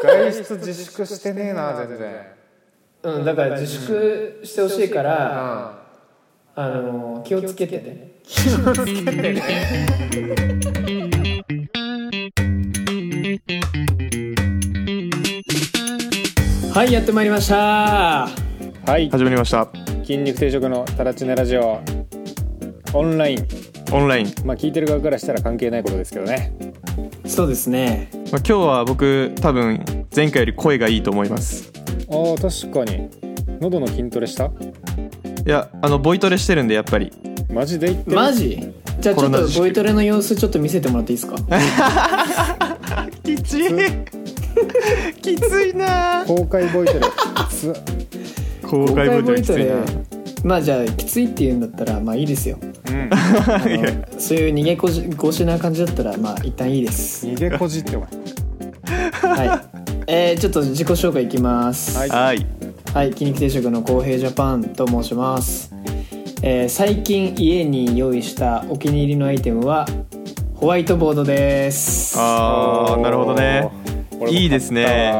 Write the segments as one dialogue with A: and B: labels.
A: 外出自粛してねえな全然
B: うん、だから自粛してほしいから、
A: あ
B: あの気をつけてねはいやってまいりました
C: はい
D: 始まりました
C: 筋肉定食のタラチネラジオオンライン
D: オンライン、ま
C: まあ聞いてる側からしたら関係ないことですけどね
B: そうですね
D: あ、今日は僕多分前回より声がいいと思います
C: あー確かに喉の筋トレした
D: いやあのボイトレしてるんでやっぱり
C: マジで言ってる
B: マジじゃあち
D: コ
B: ょ
D: ロ
B: っ
D: ナ
B: と
D: 自粛
B: ボイトレの様子ちょっと見せてもらっていいですか
D: きつい きついな
C: 公開ボイトレつ
D: 公開ボイトレきついな
B: まあじゃあきついって言うんだったらまあいいですよ
C: うん
D: いや
B: そういう逃げこじ腰な感じだったらまあ一旦いいです
C: 逃げこじってお前
B: はい、えー、ちょっと自己紹介いきます
C: は
D: はい
B: はい、筋肉定食の公平ジャパンと申します、えー最近家に用意したお気に入りのアイテムはホワイトボードです
D: あーなるほど
C: 俺
D: ね
C: も買ったわ
D: いいですね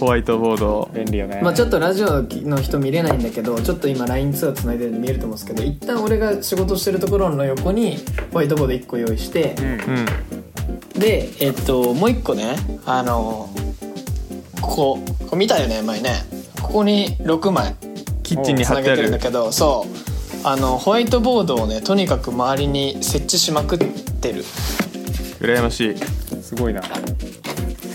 D: ホワイトボード
C: 便利よね
B: まあ、ちょっとラジオの人見れないんだけどちょっと今 LINE 通話つないでるんで見えると思うんですけど一旦俺が仕事してるところの横にホワイトボード1個用意して、
D: うん
B: でえっともう1個ねあのこここれ見たよね前ねここに6枚
D: キッチンに
B: つ
D: 貼
B: な
D: って
B: げ
D: あ
B: てるんだ
D: る
B: けどそうあのホワイトボードをねとにかく周りに設置しまくってる
D: 羨ましい
C: すごいな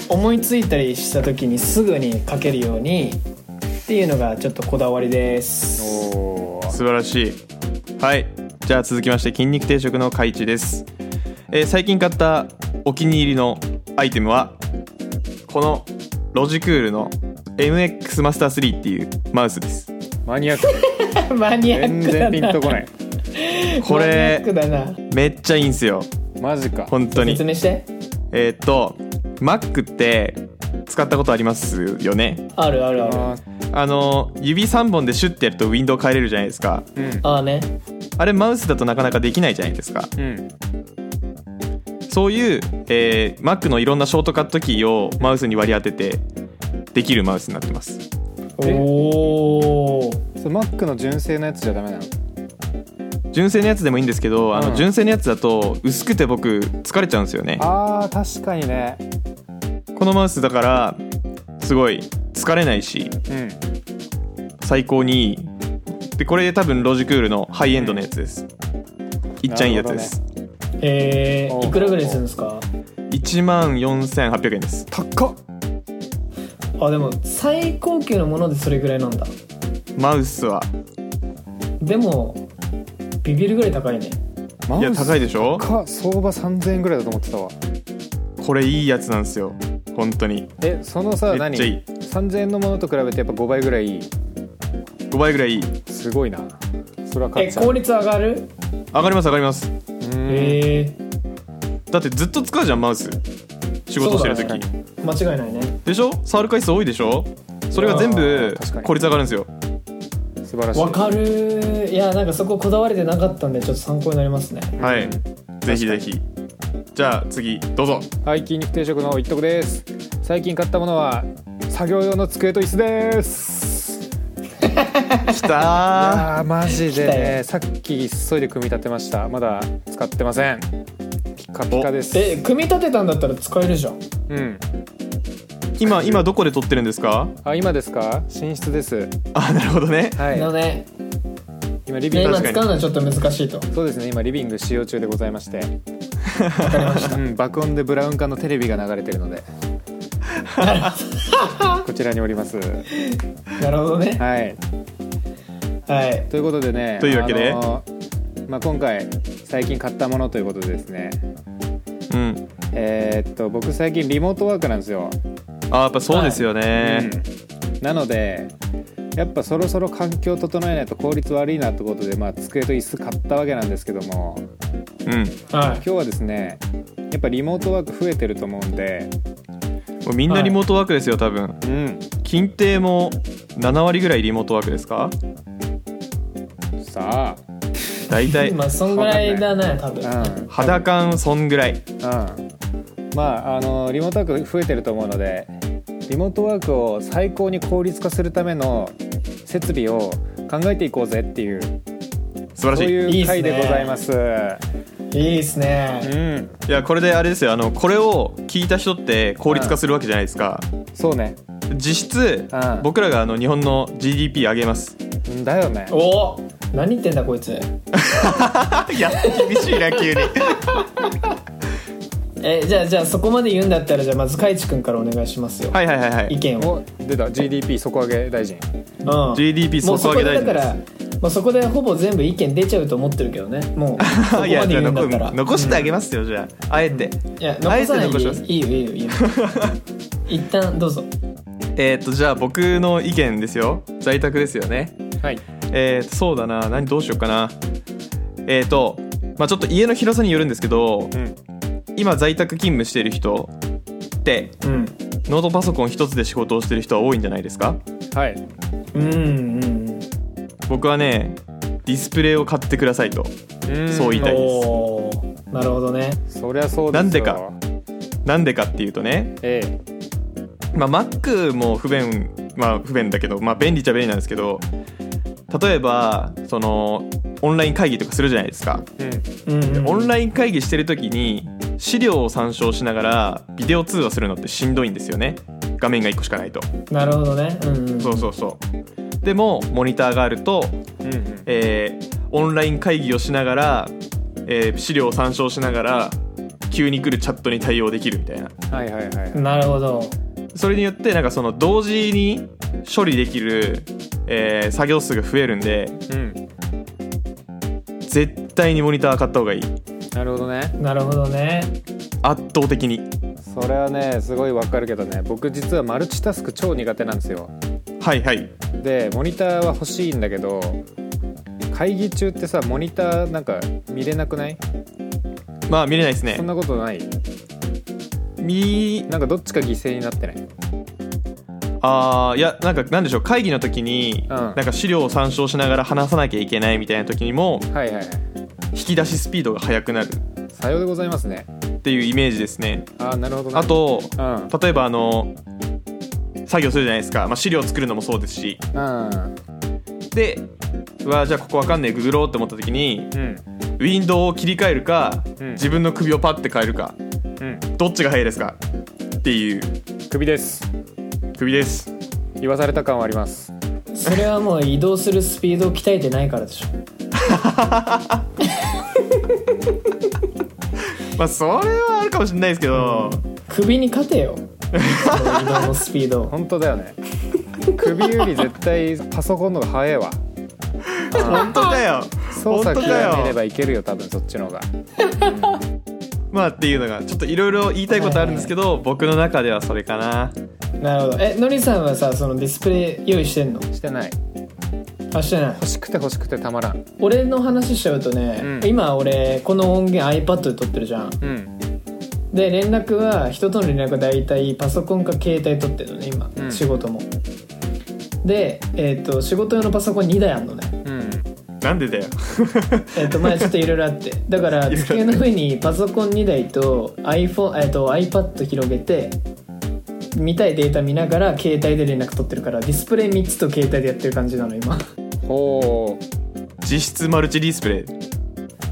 B: 思いついたりした時にすぐに書けるようにっていうのがちょっとこだわりです
C: おー
D: 素晴らしいはいじゃあ続きまして筋肉定食のカイチです、えー最近買ったお気に入りのアイテムはこのロジクールの MX マスター3っていうマウスです
C: マニアック
B: マニア
C: 全
B: ックだ
C: 然ピン
B: な
C: とこない
D: こ
B: マニアック
D: れ
B: だな
D: めっちゃいいんすよ
C: マジか
D: 本当に
B: 説明して
D: えーっと Mac って使ったことありますよね
B: あるあるある
C: あ
D: あの指3本でシュッてやるとウィンドウ変えれるじゃないですか
C: ー
B: ああね
D: あれマウスだとなかなかできないじゃないですか
C: うんうん
D: そういう、えー Mac のいろんなショートカットキーをマウスに割り当ててできるマウスになってます
B: おお
C: それマックの純正のやつじゃダメなの
D: 純正のやつでもいいんですけどあ
C: うん
D: の純正のやつだと薄くて僕疲れちゃうんですよね
C: あー確かにね
D: このマウスだからすごい疲れないし
C: うん
D: 最高にいいでこれ多分ロジクールのハイエンドのやつです、いっちゃんいいやつです、
B: え
C: おー
B: ー、いくらぐらいするんですか
D: 1万4800円です
C: 高っ
B: あでも最高級のものでそれぐらいなんだ
D: マウスは
B: でもビビるぐらい高いね
C: マ
D: いや高いでしょ
C: か相場3000円ぐらいだと思ってたわ
D: これいいやつなんですよ本当に
C: えそのさ
D: めっ
C: 何
D: ちゃいい
C: 3000円のものと比べてやっぱ5倍ぐらいいい
D: 5倍ぐらいいい
C: すごいなそれは買
B: え
C: っちゃう
B: 効率上がる
D: 上がります上がります
C: うん
B: へえ
D: だってずっと使うじゃんマウス仕事してる
B: そうだ
D: 時、
B: ね間違いないね
D: でしょ触る回数多いでしょそれが全
C: あー
D: 部
C: 確かに
D: 効率上がるんですよ
C: 素晴らしい
B: わかるいやなんかそここだわれてなかったんでちょっと参考になりますね
D: はいぜひぜひじゃあ次どうぞ
C: はい筋肉定食の一徳です最近買ったものは作業用の机と椅子です
D: きた
C: あーマジで
B: 来た
C: ねさっき急いで組み立てましたまだ使ってませんピカピカです
B: え組み立てたんだったら使えるじゃん
C: うん
D: ー 今今どこで撮ってるんですか
C: あ今ですか寝室です
D: あなるほどね
C: はい
B: のね
C: 今リビン
B: ね
C: グ
B: 今
D: 確
B: 使
D: かに
B: うのはちょっと難しいと
C: そうですね今リビング使用中でございましてうん、爆音でブラウン管のテレビが流れてるの でこちらにおります
B: なるほどね
C: はい
B: はい
C: ということでね
D: というわけで
C: あのまあ、今回最近買ったものということでですね
D: うん
C: えーっと僕最近リモートワークなんですよ、
D: あーやっぱそうですよね、
C: うんなのでやっぱそろそろ環境整えないと効率悪いなってことで、まあ、机と椅子買ったわけなんですけども
D: うん
B: は
C: 今日はですねやっぱリモートワーク増えてると思うんで
D: もうみんなリモートワークですよ多分
C: うん
D: 金定も7割ぐらいリモートワークですか
C: さあ
D: 大
B: い
D: 体
B: まあそんぐらいだね多分
C: うん
D: 肌感そんぐらい
C: うん、まああのリモートワーク増えてると思うのでリモートワークを最高に効率化するための設備を考えていこうぜっていう
D: 素晴ら
C: そう
D: しいい
C: いう回でございます
B: いいですね
C: うん
D: やこれであれですよあのこれを聞いた人って効率化するわけじゃないですか、
C: そうね
D: 実質、
C: うん
D: 僕らがあの日本の GDP 上げます
C: うんだよね
B: お何言ってんだこいつ
D: いや厳しいな急に
B: えじゃあじゃあそこまで言うんだったらじゃあまずかいちくんからお願いしますよ、
D: はいはいはいはい
B: 意見を、
C: お出た GDP 底上げ大臣
B: うん、
D: GDP
B: もうそ
D: 底
B: こ
D: 上
B: で
D: げ
B: だか
D: 大臣で
B: ら
D: す
B: もうそこでほぼ全部意見出ちゃうと思ってるけどねもうそこま
D: い
B: で
D: やじゃ
B: 言
D: あ
B: うんだったら
D: 残残してあげますよじゃああえて、
B: いや残さないでいい
D: あえて残します
B: いいよいいよいいよ一旦どうぞ
D: えーっとじゃあ僕の意見ですよ在宅ですよね
C: はい
D: えー、そうだな何どうしようかなえー、とまあちょっと家の広さによるんですけど、
C: ん
D: 今在宅勤務している人って
B: うん
D: ノートパソコン一つで仕事をしてる人は多いんじゃないですか
C: はい
B: うんうん
D: 僕はねディスプレイを買ってくださいとそう言いたいです
B: おーなるほどね
C: そりゃそうですよ
D: なんでかなんでかっていうとね、
C: え
D: まあ、Mac も不便まあ不便だけど、まあ、便利っちゃ便利なんですけど例えばそのオンライン会議とかするじゃないですか
C: え
B: うんうん
D: オンライン会議してる時に資料を参照しながらビデオ通話するのってしんどいんですよね画面が1個しかないと
B: なるほどねうんうん
D: そうそうそうでもモニターがあると、
C: うんうんうん
D: えーオンライン会議をしながら、えー資料を参照しながら急に来るチャットに対応できるみたいな
C: はいはいはいはい
B: なるほど
D: それによってなんかその同時に処理できる、えー作業数が増えるんで
C: うん
D: 絶対にモニター買った方がいい
C: なるほどね
B: なるほどね
D: 圧倒的に
C: それはねすごいわかるけどね僕実はマルチタスク超苦手なんですよ
D: はいはい
C: でモニターは欲しいんだけど会議中ってさモニターなんか見れなくない
D: まあ見れないです
C: そん
D: ね
C: なことない
D: み
C: なんかどっちか犠牲になってない
D: あーいやなんかなんでしょう会議の時に、
C: ん
D: なんか資料を参照しながら話さなきゃいけないみたいな時にも
C: はいはいはい
D: 引き出しスピードが速くなる
C: さようでございますね
D: っていうイメージですね
C: ああなるほどね
D: あと
C: うん
D: 例えばあの作業するじゃないですか、まあ、資料を作るのもそうですし
C: うん
D: でうわじゃあここわかんねえググろうって思った時に
C: うん
D: ウィンドウを切り替えるか、
C: うん
D: 自分の首をパッて変えるか
C: うん
D: どっちが早いですかっていう
C: 首です
D: 首です
C: 言わされた感はあります
B: それはもう移動するスピードを鍛えてないからでしょ
D: まあそれはあるかもしれないですけど、
B: 首に勝てよその移動のスピード
C: 本当だよ ね首より絶対パソコンの方が早いわ
D: 本当だよ
C: 操作
D: 本当だよ
C: 極めればいけるよ多分そっちの方が
D: まあっていうのがちょっといろいろ言いたいことあるんですけど、僕の中ではそれかな
B: なるほどえのりさんはさそのディスプレイ用意してんの
C: してない
B: あしてない
C: 欲しくて欲しくてたまらん
B: 俺の話しちゃうとね、
C: うん
B: 今俺この音源 iPad で撮ってるじゃん
C: うん
B: で連絡は人との連絡は大体パソコンか携帯取ってるのね今、
C: うん
B: 仕事もで、えっと仕事用のパソコン2台あんのね
C: うん
D: なんでだよ
B: えっと前ちょっといろいろあってだから
D: 色々あって
B: 机の上にパソコン2台と iPhone、えっと iPad 広げて見たいデータ見ながら携帯で連絡取ってるからディスプレイ3つと携帯でやってる感じなの今
C: ほ
D: 実質マルチディスプレイ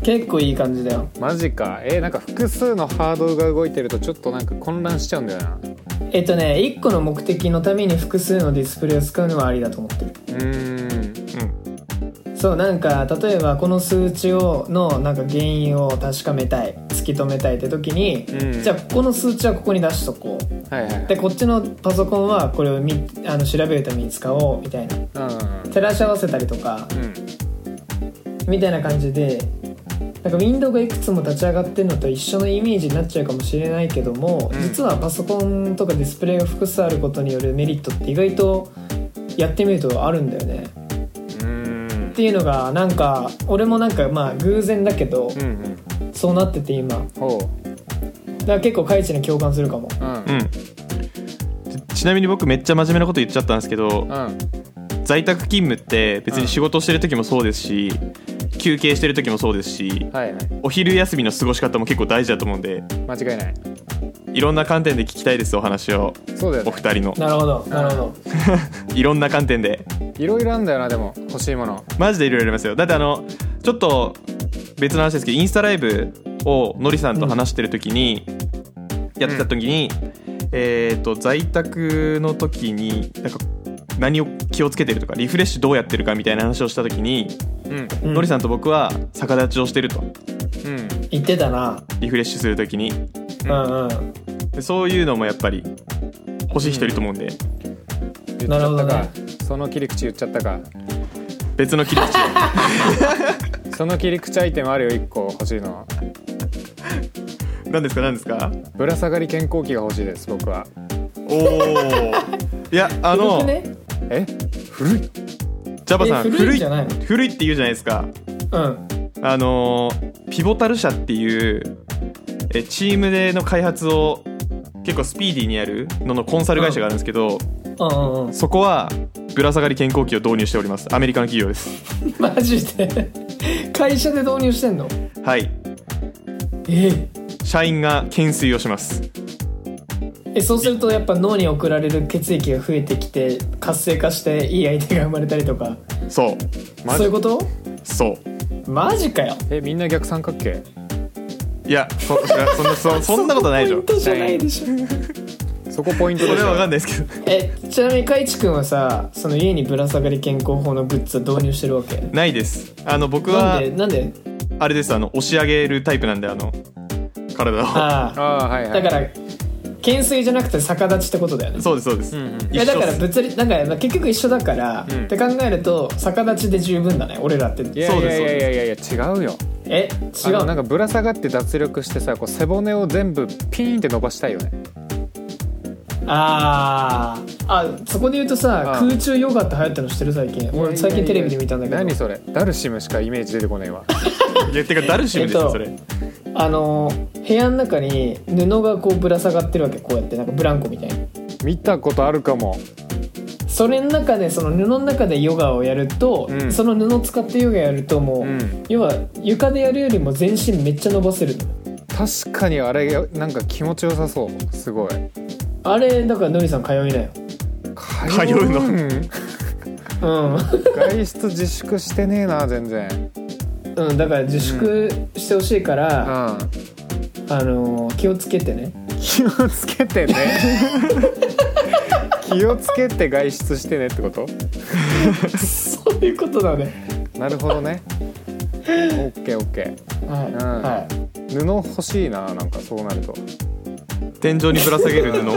B: 結構いい感じだよ
C: うマジかえー、なんか複数のハードルが動いてるとちょっとなんか混乱しちゃうんだよなう
B: えっとね1個の目的のために複数のディスプレイを使うのはありだと思ってる
C: ーん
D: うん
B: そうなんか例えばこの数値をのなんか原因を確かめたい突き止めたいって時に、
C: うん
B: じゃあここの数値はここに出しとこう
C: はいはいはい
B: でこっちのパソコンはこれを見あの調べるために使おうみたいな
C: うん
B: 照らし合わせたりとか
C: うん
B: みたいな感じでなんかウィンドウがいくつも立ち上がってるのと一緒のイメージになっちゃうかもしれないけども、
C: うん
B: 実はパソコンとかディスプレイが複数あることによるメリットって意外とやってみるとあるんだよね。
C: うん
B: っていうのがなんか俺もなんかまあ偶然だけど、
C: うんうん
B: そうなってて今
C: ほ
B: だから結構カイチに共感するかも
C: ううん
D: うんちちなみに僕めっちゃ真面目なこと言っちゃったんですけど
C: うん
D: 在宅勤務って別に仕事してる時もそうですし、休憩してる時もそうですし
C: はいはい
D: お昼休みの過ごし方も結構大事だと思うんで
C: 間違いない
D: いろんな観点で聞きたいですお話を
C: そうだよ
D: お
C: ね
D: 二人の
B: なるほどなるほど
D: いろんな観点で
C: いろいろあんだよなでも欲しいもの
D: マジでいろいろありますよだってあのちょっと別の話ですけどインスタライブをのりさんと話してる時に、やってた時に、えっと在宅の時になんか何を気をつけてるとかリフレッシュどうやってるかみたいな話をした時に、
C: うん
B: うん
D: のりさんと僕は逆立ちをしてると
C: うん
B: 言ってたな
D: リフレッシュする時に
B: うんうん
D: でそういうのもやっぱり欲しい人いると思うんで、
C: 言っち
B: なる
C: ゃ
B: ほ
C: っ
B: ど
C: た
B: ね
C: かその切り口言っちゃったか
D: 別の切り口を
C: その切り口アイテムあるよ1個欲しいのは
D: 何ですか何ですか
C: ぶら下がり健康器が欲しいです僕は
D: おおいやあ
B: 古
D: の、
B: くね
C: え古い
D: ジャパさん
B: え古いんじゃないの
D: 古いって言うじゃないですか
B: うん
D: あのーピボタル社っていうえチームでの開発を結構スピーディーにやるののコンサル会社があるんですけど、
B: うんうんうん
D: そこはぶら下がり健康器を導入しておりますアメリカの企業です
B: マジで会社で導入してんの
D: はい
B: え
D: 社員が懸垂をします
B: ええそうするとやっぱ脳に送られる血液が増えてきて活性化していい相手が生まれたりとか
D: そう
C: マ
B: そう
C: ジ
B: いうこと
D: そう
B: マジかよ
C: えみんな逆三角形
D: いやそそそんなそそんなことないでしょ
B: ポイントじゃないでしょ
C: そこポイント
D: そ
C: で
D: れ
C: し
D: は分か
C: ょ
D: んないですけど
B: えちなみにかいちくんはさその家にぶら下がり健康法のグッズを導入してるわけ
D: ないですあの僕
B: な
D: は
B: んでなんで
D: あれですあの押し上げるタイプなんであの体
B: あ
D: を
B: あ
C: ああはいは
B: だ
C: い
B: から懸垂じゃなくて逆立ちってことだよね
D: そうですそうです、
C: んうん
B: い
D: 一緒
B: や
D: っ
B: だから
D: す
B: 物理なんかまあ結局一緒だから、
C: ん
B: って考えると逆立ちで十分だね俺らって
C: いやいやいや
D: そうですそう
C: い
D: で
C: やいやいや違うよ
B: え
C: あ
B: 違う
C: のなん
B: の
C: かぶら下がって脱力してさこう背骨を全部ピーンって伸ばしたいよね
B: あーあそこで言うとさ
C: あ
B: 空中ヨガって流行ったのしてる最近俺最近テレビで見たんだけど
C: 何それダルシムしかイメージ出てこないわ
D: いやてかダルシムですよ、
B: えっと
D: それ
B: あの部屋の中に布がこうぶら下がってるわけこうやってなんかブランコみたいな
C: 見たことあるかも
B: それの中でその布の中でヨガをやると、
C: うん
B: その布を使ってヨガやるともう、
C: うん
B: 要は床でやるよりも全身めっちゃ伸ばせるの
C: 確かにあれなんか気持ちよさそうすごい
B: あれだからのりさん通いなよ
C: 通
D: 通うの
C: ん
B: う
C: 外出自粛してねえな全然
B: ん、 うん、だから自粛してほしいか
C: う
B: ら、
C: ん
B: あのー気をつけてね
C: 気をつけてね 気をつけて外出してねってこと
B: そういうことだね
C: なるほどね OKOK
B: はい、
C: ん
B: は
C: 布欲しいななんかそうなると
D: 天井にぶら下げる布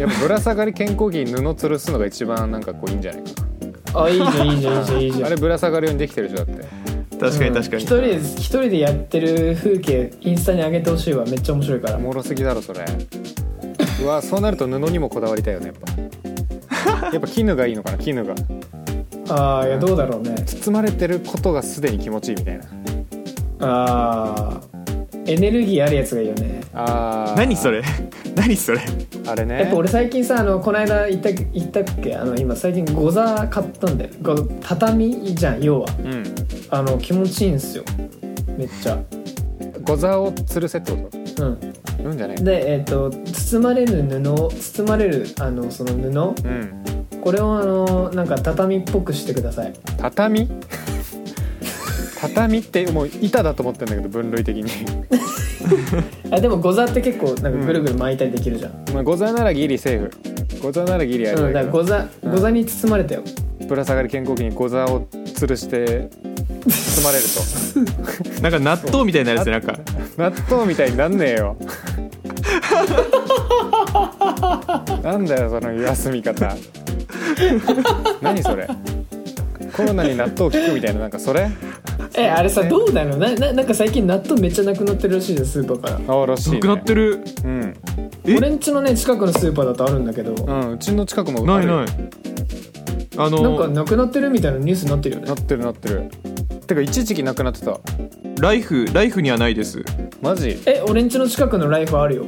C: やっぱぶら下がり健康着に布吊るすのが一番なんかこういいんじゃないか
B: いあいいじゃんいいじゃんいいじゃんいいじ
C: な
B: ゃ
C: あ
B: ん
C: れぶら下がるようにできてるでしょだって
D: 確かに確か
B: 一
D: に、
B: 人で一人でやってる風景インスタに上げてほしいわめっちゃ面白いから
C: おもろすぎだろそれうわそうなると布にもこだわりたいよねやっぱやっぱ絹がいいのかな絹が
B: ああいやどうだろうね
C: 包まれてることがすでに気持ちいいみたいな
B: ああエネルギーあるやつがいいよね
C: あー
D: 何それ何それ
C: あれね
B: やっぱ俺最近さあのこの間言った言ったっけあの今最近ゴザ買ったんだよゴ畳じゃん要は
C: うん
B: あの気持ちいいんすよめっちゃ
C: ゴザを吊るせってこ
B: うん
C: とうんじゃねえ
B: でえっ、と包まれる布を包まれるあのその
C: うん
B: 布これをあのなんか畳っぽくしてください
C: 畳 畳ってもう板だと思ってんだけど分類的に
B: あでもゴザって結構なんかぐるぐる巻いたりできるじゃん、
C: まあゴザならギリセーフゴザならギリあ
B: うん
C: れ
B: だ
C: だ
B: から
C: け
B: ゴ
C: ど
B: ザ、
C: うん
B: ゴザに包まれたよ
C: ぶら下がり健康器にゴザを吊るして包まれると
D: なんか納豆みたいになるやつなんか
C: 納豆みたいになんねえよ なんだよその休み方 何それコロナに納豆効くみたいななんかそれ
B: えあれさどうなのなななんか最近納豆めっちゃなくなってるらしいじゃんスーパーから
C: あらしい、ね、
D: なくなってる
C: うん、
D: え
B: 俺んちのね近くのスーパーだとあるんだけど、
C: うん、うちの近くも
D: ないない
C: い
B: な
D: あ
B: んか
D: の
B: なくなってるみたいなニュースになってるよね
C: なってるなってるてか一時期なくなってた
D: ライフライフにはないです
C: マジ
B: え俺んちの近くのライフあるよ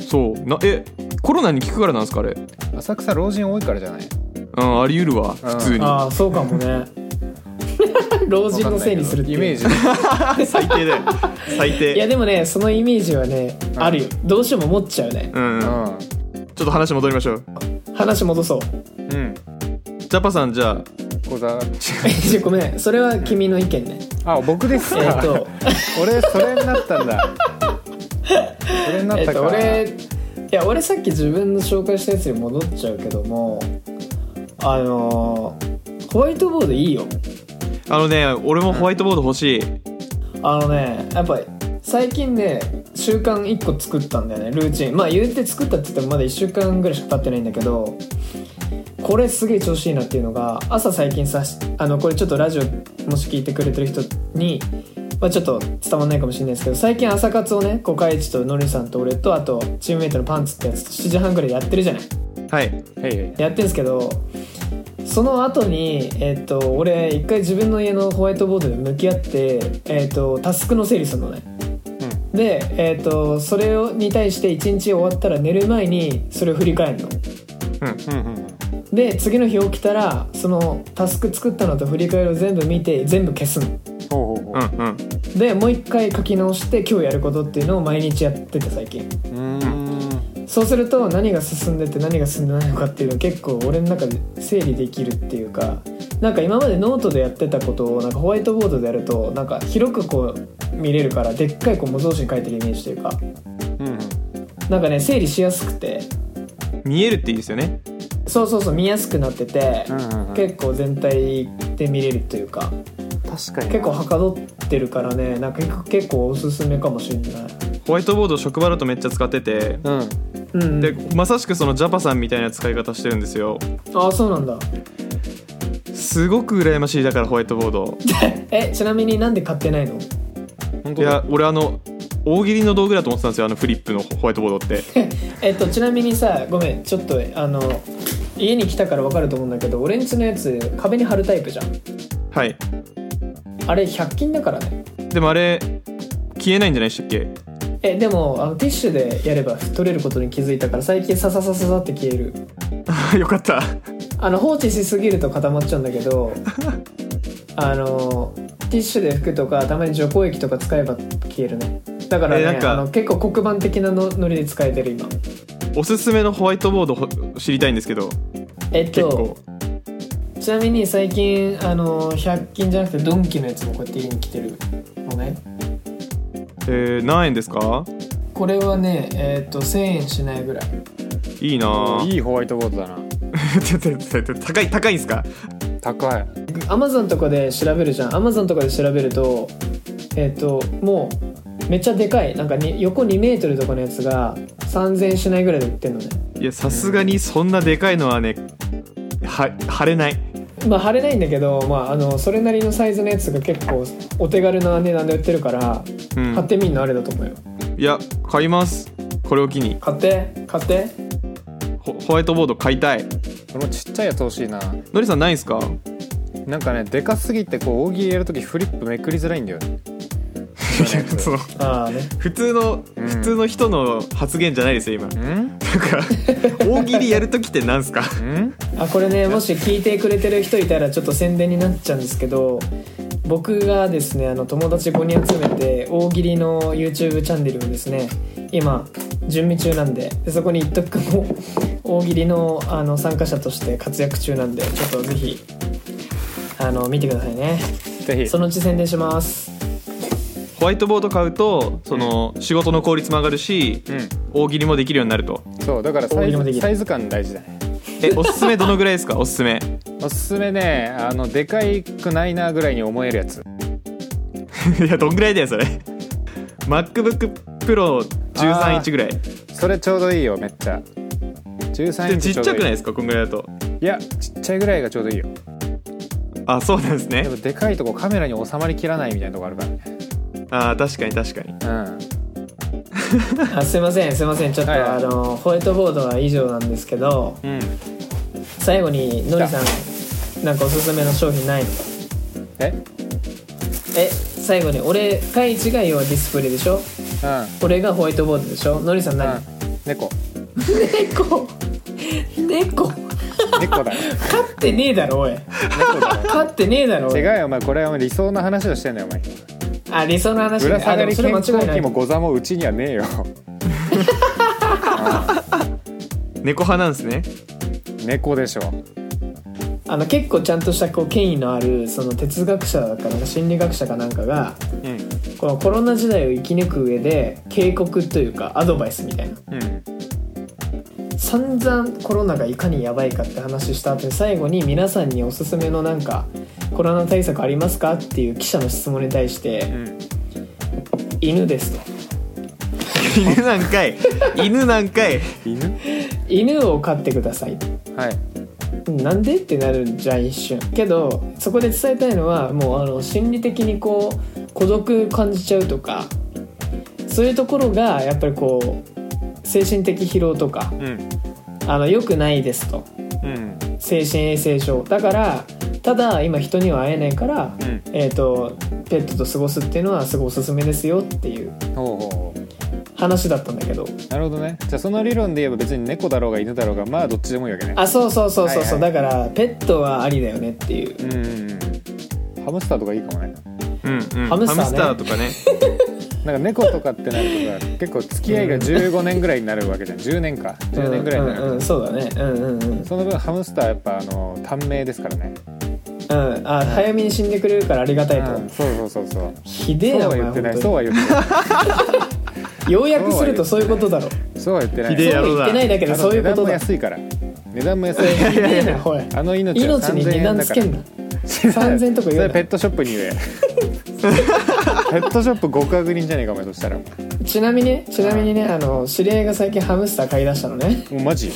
D: そうなえコロナに効くからなんですかあれ
C: 浅草老人多いからじゃない
D: うんあり得るわ普通 に
B: ああそうかもね老人のせいにするってい
C: イ
B: う
C: メージ
D: 最低だよ最
B: いや
D: 低
B: でもねそのイメージはね、あるよどうしても持っちゃうね
D: うん
C: う
D: ちょ
C: ん
D: っと話戻りましょう
B: 話戻そう
C: うん
D: ジャパさんじゃあ
C: こうだ
B: ちょごめんそれは君の意見ね
C: あ僕です
B: え
C: か
B: っと
C: 俺それになったんだそれにな
B: え
C: っ
B: ったと
C: か
B: 俺いや俺さっき自分の紹介したやつに戻っちゃうけどもあのーホワイトボードいいよ
D: あのね俺もホワイトボード欲しい
B: あのねやっぱり最近ね習慣1個作ったんだよねルーチンまあ言うて作ったって言ってもまだ1週間ぐらいしか経ってないんだけどこれすげえ調子いいなっていうのが朝最近さしあのこれちょっとラジオもし聞いてくれてる人に、まあ、ちょっと伝わんないかもしれないですけど最近朝活をねコカイチとノリさんと俺とあとチームメイトのパンツってやつと7時半ぐらいやってるじゃない
D: はい
C: はいはい
B: やってるんですけどその後にえっ、と俺一回自分の家のホワイトボードで向き合ってえっ、とタスクの整理するのね、でえっ、とそれをに対して一日終わったら寝る前にそれを振り返るの
C: うんうんうん
B: で次の日起きたらそのタスク作ったのと振り返りを全部見て全部消すの
C: ほうほうほ
D: うんうん
B: でもう一回書き直して今日やることっていうのを毎日やってて最近
C: ううーん
B: そうすると何が進んでて何が進んでないのかっていうのを結構俺の中で整理できるっていうかなんか今までノートでやってたことをなんかホワイトボードでやるとなんか広くこう見れるからでっかいこう模造紙に書いてるイメージというか
C: うんうん
B: なんかね整理しやすくて
D: 見えるっていいですよね
B: そうそうそう見やすくなってて
C: うんうんうん
B: 結構全体で見れるというか
C: 確かに
B: 結構はかどってるからねなんか結構おすすめかもしれない。
D: ホワイトボード職場だとめっちゃ使ってて
C: うん
B: うんうん、
D: でまさしくそのジャパさんみたいな使い方してるんですよ
B: ああそうなんだ
D: すごく羨ましいだからホワイトボード
B: えちなみになんで買ってないの
C: 本
D: い
C: 当だ
D: や俺あの大喜利の道具だと思ってたんですよあのフリップのホワイトボードって
B: えっとちなみにさごめんちょっとあの家に来たから分かると思うんだけど俺んちのやつ壁に貼るタイプじゃん
D: はい
B: あれ100均だからね
D: でもあれ消えないんじゃないでしたっけ
B: えでもあのティッシュでやれば取れることに気づいたから最近サササササって消える
D: あよかった
B: あの放置しすぎると固まっちゃうんだけど あのティッシュで拭くとかたまに除光液とか使えば消えるねだからね
D: えなんか
B: あの結構黒板的なのノリで使えてる今
D: おすすめのホワイトボードほ知りたいんですけど
B: えっ
D: 結
B: と
D: 構
B: ちなみに最近あの100均じゃなくてドンキのやつもこうやって家に来てるのね
D: えー、何円ですか
B: これはねえっ、と1000円しないぐらい
D: いいなぁ
C: いいホワイトボードだな
D: 高い高いんすか
C: 高い
B: Amazon とかで調べるじゃん Amazon とかで調べるとえっ、ともうめっちゃでかいなんかに横2メートルとかのやつが3000円しないぐらいで売ってんのね
D: いやさすがにそんなでかいのはねは貼れない
B: まあ貼れないんだけど、まあ、あのそれなりのサイズのやつが結構お手軽な値段で売ってるから
D: うん
B: 買ってみるのあれだと思うよ
D: いや買いますこれを機に
B: 買って買って
D: ホホワイトボード買いたい
C: 俺もちっちゃいやつ欲しいな
D: のりさんないんすか
C: なんかねでかすぎてこう大喜利やるときフリップめくりづらいんだよね
D: いやその
B: ああね
D: 普通の、
C: うん
D: 普通の人の発言じゃないですよ今なんか
C: ん
D: 大喜利やるときってなんすか
C: ん
B: あこれねもし聞いてくれてる人いたらちょっと宣伝になっちゃうんですけど僕がですねあの友達5人集めて大喜利の YouTube チャンネルをですね今準備中なんででそこに一徳も大喜利のあの参加者として活躍中なんでちょっとぜひあの見てくださいね
C: ぜひ
B: そのうち宣伝します
D: ホワイトボード買うとその、仕事の効率も上がるし
C: うん
D: 大喜利もできるようになると
C: そうだからサ
B: 大喜
C: イ
B: 利もでき
C: ズ
B: る
C: サイズ感大事だね
D: えおすすめどのぐらいですかおすすめ
C: おすすめねあのでかいくないなぐらいに思えるやつ
D: いやどんぐらいだよそれ MacBookPro13 インチぐらい
C: それちょうどいいよめっちゃ13イ
D: で
C: ン
D: ち
C: チ
D: っちゃくない
C: い
D: ですかこんぐらいだと
C: いやちっちゃいぐらいがちょうどいいよ
D: あそうなんです
C: で
D: ね
C: もでかいとこカメラに収まりきらないみたいなとこあるからね
D: あー確かに確かに
C: うん
B: あすいませんすいませんちょっと、
C: はいはい
B: あのホワイトボードは以上なんですけど
C: うん
B: 最後にのりさんなんかおすすめの商品ないの
C: え
B: え最後に俺カイチが要はディスプレイでしょ
C: うん
B: 俺がホワイトボードでしょのりさん
C: う
B: 何、
C: ん猫
B: 猫猫
C: 猫だよ
B: 勝ってねえだろおい
C: 猫だよ
B: 勝ってねえだろおい
C: 違うよお前これは理想の話をしてんだよお前
B: あ理想の話
C: ぶら
B: ね
C: 下
B: あ
C: が
B: でも
C: り
B: それ
C: 健
B: 間違い
C: 康
B: な
C: 器
B: い
C: もござもうちにはねえよ
D: 猫派なんですね
C: 猫でしょ
B: あの結構ちゃんとしたこう権威のあるその哲学者だかなんか心理学者かなんかが
C: うん
B: このコロナ時代を生き抜く上で警告というかアドバイスみたいな
C: うん
B: 散々コロナがいかにやばいかって話した後に最後に皆さんにおすすめのなんかコロナ対策ありますかっていう記者の質問に対して
C: う
B: 「
C: ん
B: 犬です」と
D: 犬なんかい犬なんかい
C: 犬
B: 「犬を飼ってください」
C: はい
B: なんでってなるんじゃん一瞬けどそこで伝えたいのはもうあの心理的にこう孤独感じちゃうとかそういうところがやっぱりこう精神的疲労とか
C: うん
B: あの良くないですと
C: うん
B: 精神衛生上だからただ今人には会えないから、
C: うん
B: えー、とペットと過ごすっていうのはすごいおすすめですよっていう
C: ほうほうほう
B: 話だったんだけど
C: なるほどねじゃあその理論で言えば別に猫だろうが犬だろうがまあどっちでもいいわけね
B: あそうそうそうそうそう、
C: はいは
B: だからペットはありだよねっていう
C: うんうんうんハムスターとかいいかもね
D: うんう
B: ハ
D: ん
B: ムスターね
D: ハムスターとかね
C: なんか猫とかってなるとさ結構付き合いが15年ぐらいになるわけじゃん10年か10年ぐらいになる、
B: うんうんうん、そうだねうんうんうん
C: その分ハムスターやっぱあの短命ですからね、
B: うん、あ早めに死んでくれるからありがたいと、
C: うん、そうそうそうそう
B: ひでえ
C: そ
B: な
C: うは
B: お前
C: 言ってない
B: 本
C: そう
B: 当
C: は言ってない
B: に要約するとそういうことだろ
C: そうは言ってない
D: ひで
B: そう
D: えや
B: は
D: ろう
B: 言って
D: な
B: ないだけど
C: あの
B: そういうこ
C: 値段
B: と
C: も
B: だ
C: 安いから値段も安い
B: ひでえなほい
C: あの命は
B: 命
C: 3000
B: に値
C: 円
B: 段
C: だ
B: つ
C: か
B: け
C: ら
B: んな3000円とか言う
C: そ
B: な
C: れペットショップに言え ペットショップ極悪人じゃねえかお前そしたらも
B: ちなみにねちなみにねあの知り合いが最近ハムスター買い出したのね
C: うマジ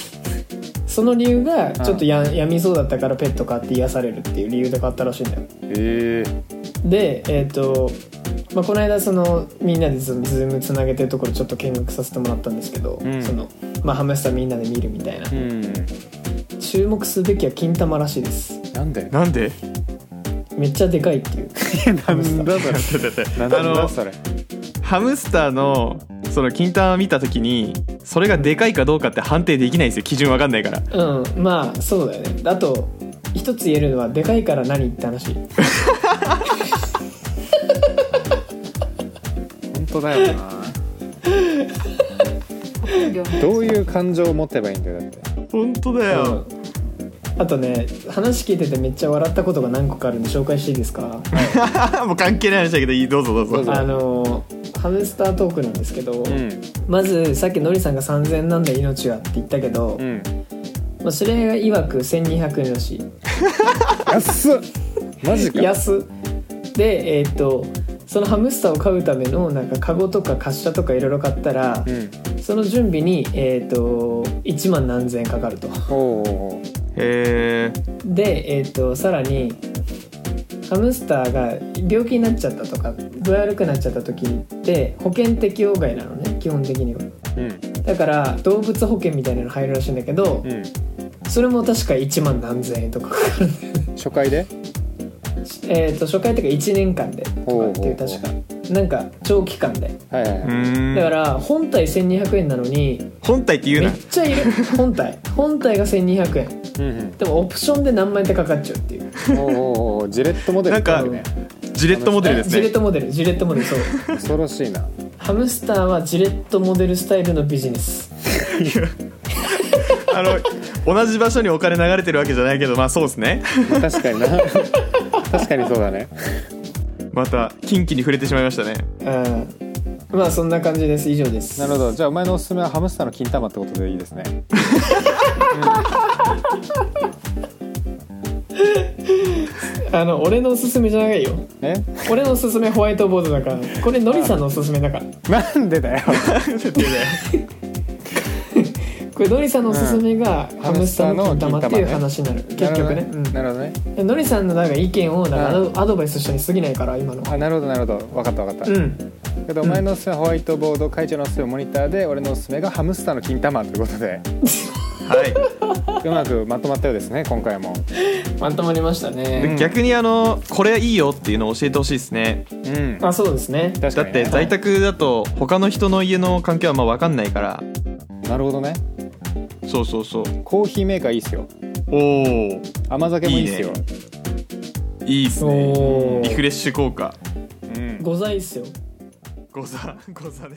B: その理由がちょっとや,、やみそうだったからペット飼って癒されるっていう理由で買ったらしいんだよ
C: ええ
B: でえっ、と、まあ、この間そのみんなでそのズームつなげてるところちょっと見学させてもらったんですけど、
C: ん
B: そのまあ、ハムスターみんなで見るみたいな
C: うん
B: 注目すべきは金玉らしいです
C: なん だよ
D: なんで
B: めっちゃでかいっていう
C: なんだそれ
D: だってだって
C: な
D: あ
C: んだ
D: の
C: それ
D: ハムスターのその金玉見た時にそれがでかいかどうかって判定できないんですよ基準わかんないから
B: うんまあそうだよねあと一つ言えるのはでかいから何って話
C: 本当だよ などういう感情を持てばいいんだよだって
D: 本当だよ、
B: あとね話聞いててめっちゃ笑ったことが何個かあるんで紹介していいですか
D: もう関係ない話だけどいいどうぞどうぞ
C: どうぞ
B: あのハムスタートークなんですけど、
C: うん
B: まずさっきのりさんが3000なんだ命はって言ったけど、
C: うん
B: まあ、それが曰く1200円らしい
C: 安っマジか
B: 安でえーっとそのハムスターを飼うためのなんかカゴとか滑車とかいろいろ買ったら、
C: うん
B: その準備に、えー、と1万何千円かかると
C: おうおうおう
D: へえ
B: で、えー、とさらにハムスターが病気になっちゃったとか具合悪くなっちゃった時って保険適用外なのね基本的には
C: うん
B: だから動物保険みたいなの入るらしいんだけど、
C: うん
B: それも確か1万何千円とかかかるんだよ
C: 初回で
B: えーと初回とか1年間でとかっていう
C: ほうほうほ
B: 確かなんか長期間で
C: はいはいはい
B: だか
D: ん
B: ら本体1200円なのに
D: 本体って言う
B: め
D: な
B: っちゃいる本体本体が1200円
C: うん
B: でもオプションで何万円ってかかっちゃうっていう
C: うんおうおうおうジレットモデル
D: なんか
C: ね
D: ジレットモデルで
B: ジ
D: す
B: レッ
D: ね
B: トモデルジレットモデルそう
C: 恐ろしいな
B: ハムスターはジレットモデルスタイルのビジネス
D: あの同じ場所にお金流れてるわけじゃないけどまあそうですね
C: まあ確かにな 確かにそうだね
D: また近畿に触れてしまいましたね
B: うんまあそんな感じです以上です
C: なるほどじゃあお前のおすすめはハムスターの金玉ってことでいいですね
B: あの俺のおすすめじゃないよ
C: え
B: 俺のおすすめホワイトボードだからこれのりさんのおすすめだから
C: なんで だよ
B: これのりさんのおすすめがハムスターの金玉っていう
C: ハム
B: 話になる、結局ね
C: なるほどね
B: うん、のりさんのなんか意見をなんかアド
C: う
B: アドバイスしたに過ぎないから今のは
C: あなるほどなるほど分かった分かった、
B: うん
C: けどお前のおすすめはホワイトボード会長のおすすめはモニターで俺のおすすめがハムスターの金玉ということ で
D: はい、
C: うまくまとまったようですね今回も
B: まとまりましたね
D: で逆にあのこれいいよっていうのを教えてほしいですね
C: うん
B: あそうですね
C: 確か
D: だっ
C: に、
D: て
C: ね、
D: 在宅だと他の人の家の環境はまあ分かんないから
C: なるほどね
D: そうそうそう
C: コーヒーメーカーいいっすよ
D: おお
C: 甘酒もいいですよ
D: いいっすね
B: お
D: リフ
B: ー
D: レッシュ効果
C: うん
B: ございっすよ
D: ござござね